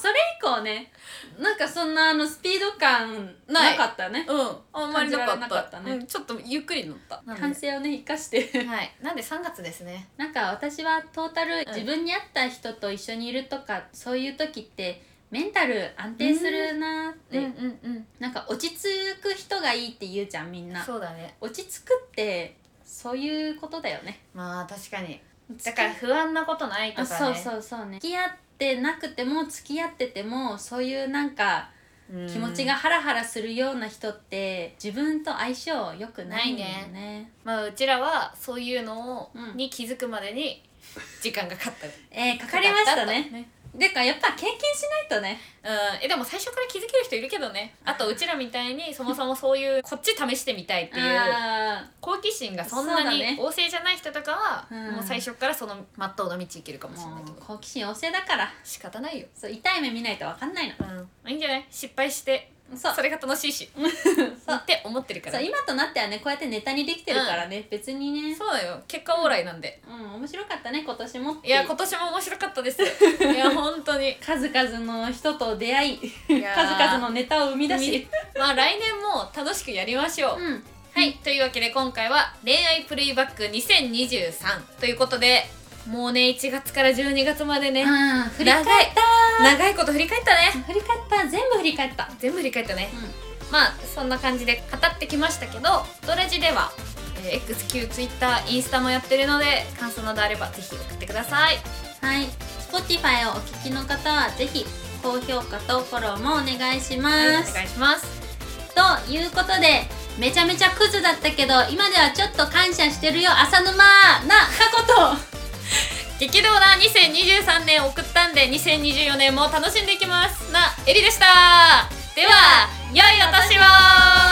それ以降ねなんかそんなあのスピード感ないなかったねうんあんまりなかっ感じられなたかったねうん、ちょっとゆっくり乗ったなんで反省をね生かしてはいなんで3月ですねなんか私はトータルうん自分に合った人と一緒にいるとか、そういう時ってメンタル安定するなーって、んうんなんか落ち着く人がいいって言うじゃんみんなそうだね落ち着くってそういうことだよねまあ確かにだから不安なことないとあかねそうそうそうね付き合ってなくても付き合っててもそういうなんかうん気持ちがハラハラするような人って自分と相性良くないんだよねまあうちらはそういうのを、うんに気づくまでに時間がかか (laughs) ったえーかかりましたかかっねねでかやっぱ経験しないとねうん、えでも最初から気づける人いるけどねあとうちらみたい (laughs) にそもそもそういうこっち試してみたいっていうあ好奇心がそんなそうだにね旺盛じゃない人とかは、うんもう最初からそのまっとうの道行けるかもーしれなもいけどう好奇心旺盛だから仕方ないよ、そう痛い目見ないと分かんないのうん、いいんじゃない失敗してそうそれが楽し (laughs) いしって思ってるからそう今となってはねこうやってネタにできてるからね、別にねそうだよ結果往来なんで、うん面白かったね今年もっていや今年も面白 (laughs) かったですいや本当に数々の人と出会いい数やー々のネタを生み出しまあ来年も楽しくやりましょう、うんはいというわけで今回は恋愛プレイバック2023ということでもうね1月から12月までねあー振り返った長いこと振り返ったね振り返った全部振り返った全部振り返ったねうまあそんな感じで語ってきましたけどストレージでは、えー XQ、Twitter、インスタもやってるので感想などあればぜひ送ってくださいんはい Spotify をお聞きの方はぜひ高評価とフォローもお願いしまはいおす、願いしますということでめちゃめちゃクズだったけど今ではちょっと感謝してるよ浅沼な過去と激動な2023年を送ったんで2024年も楽しんでいきますなエリでしたでは良いお年を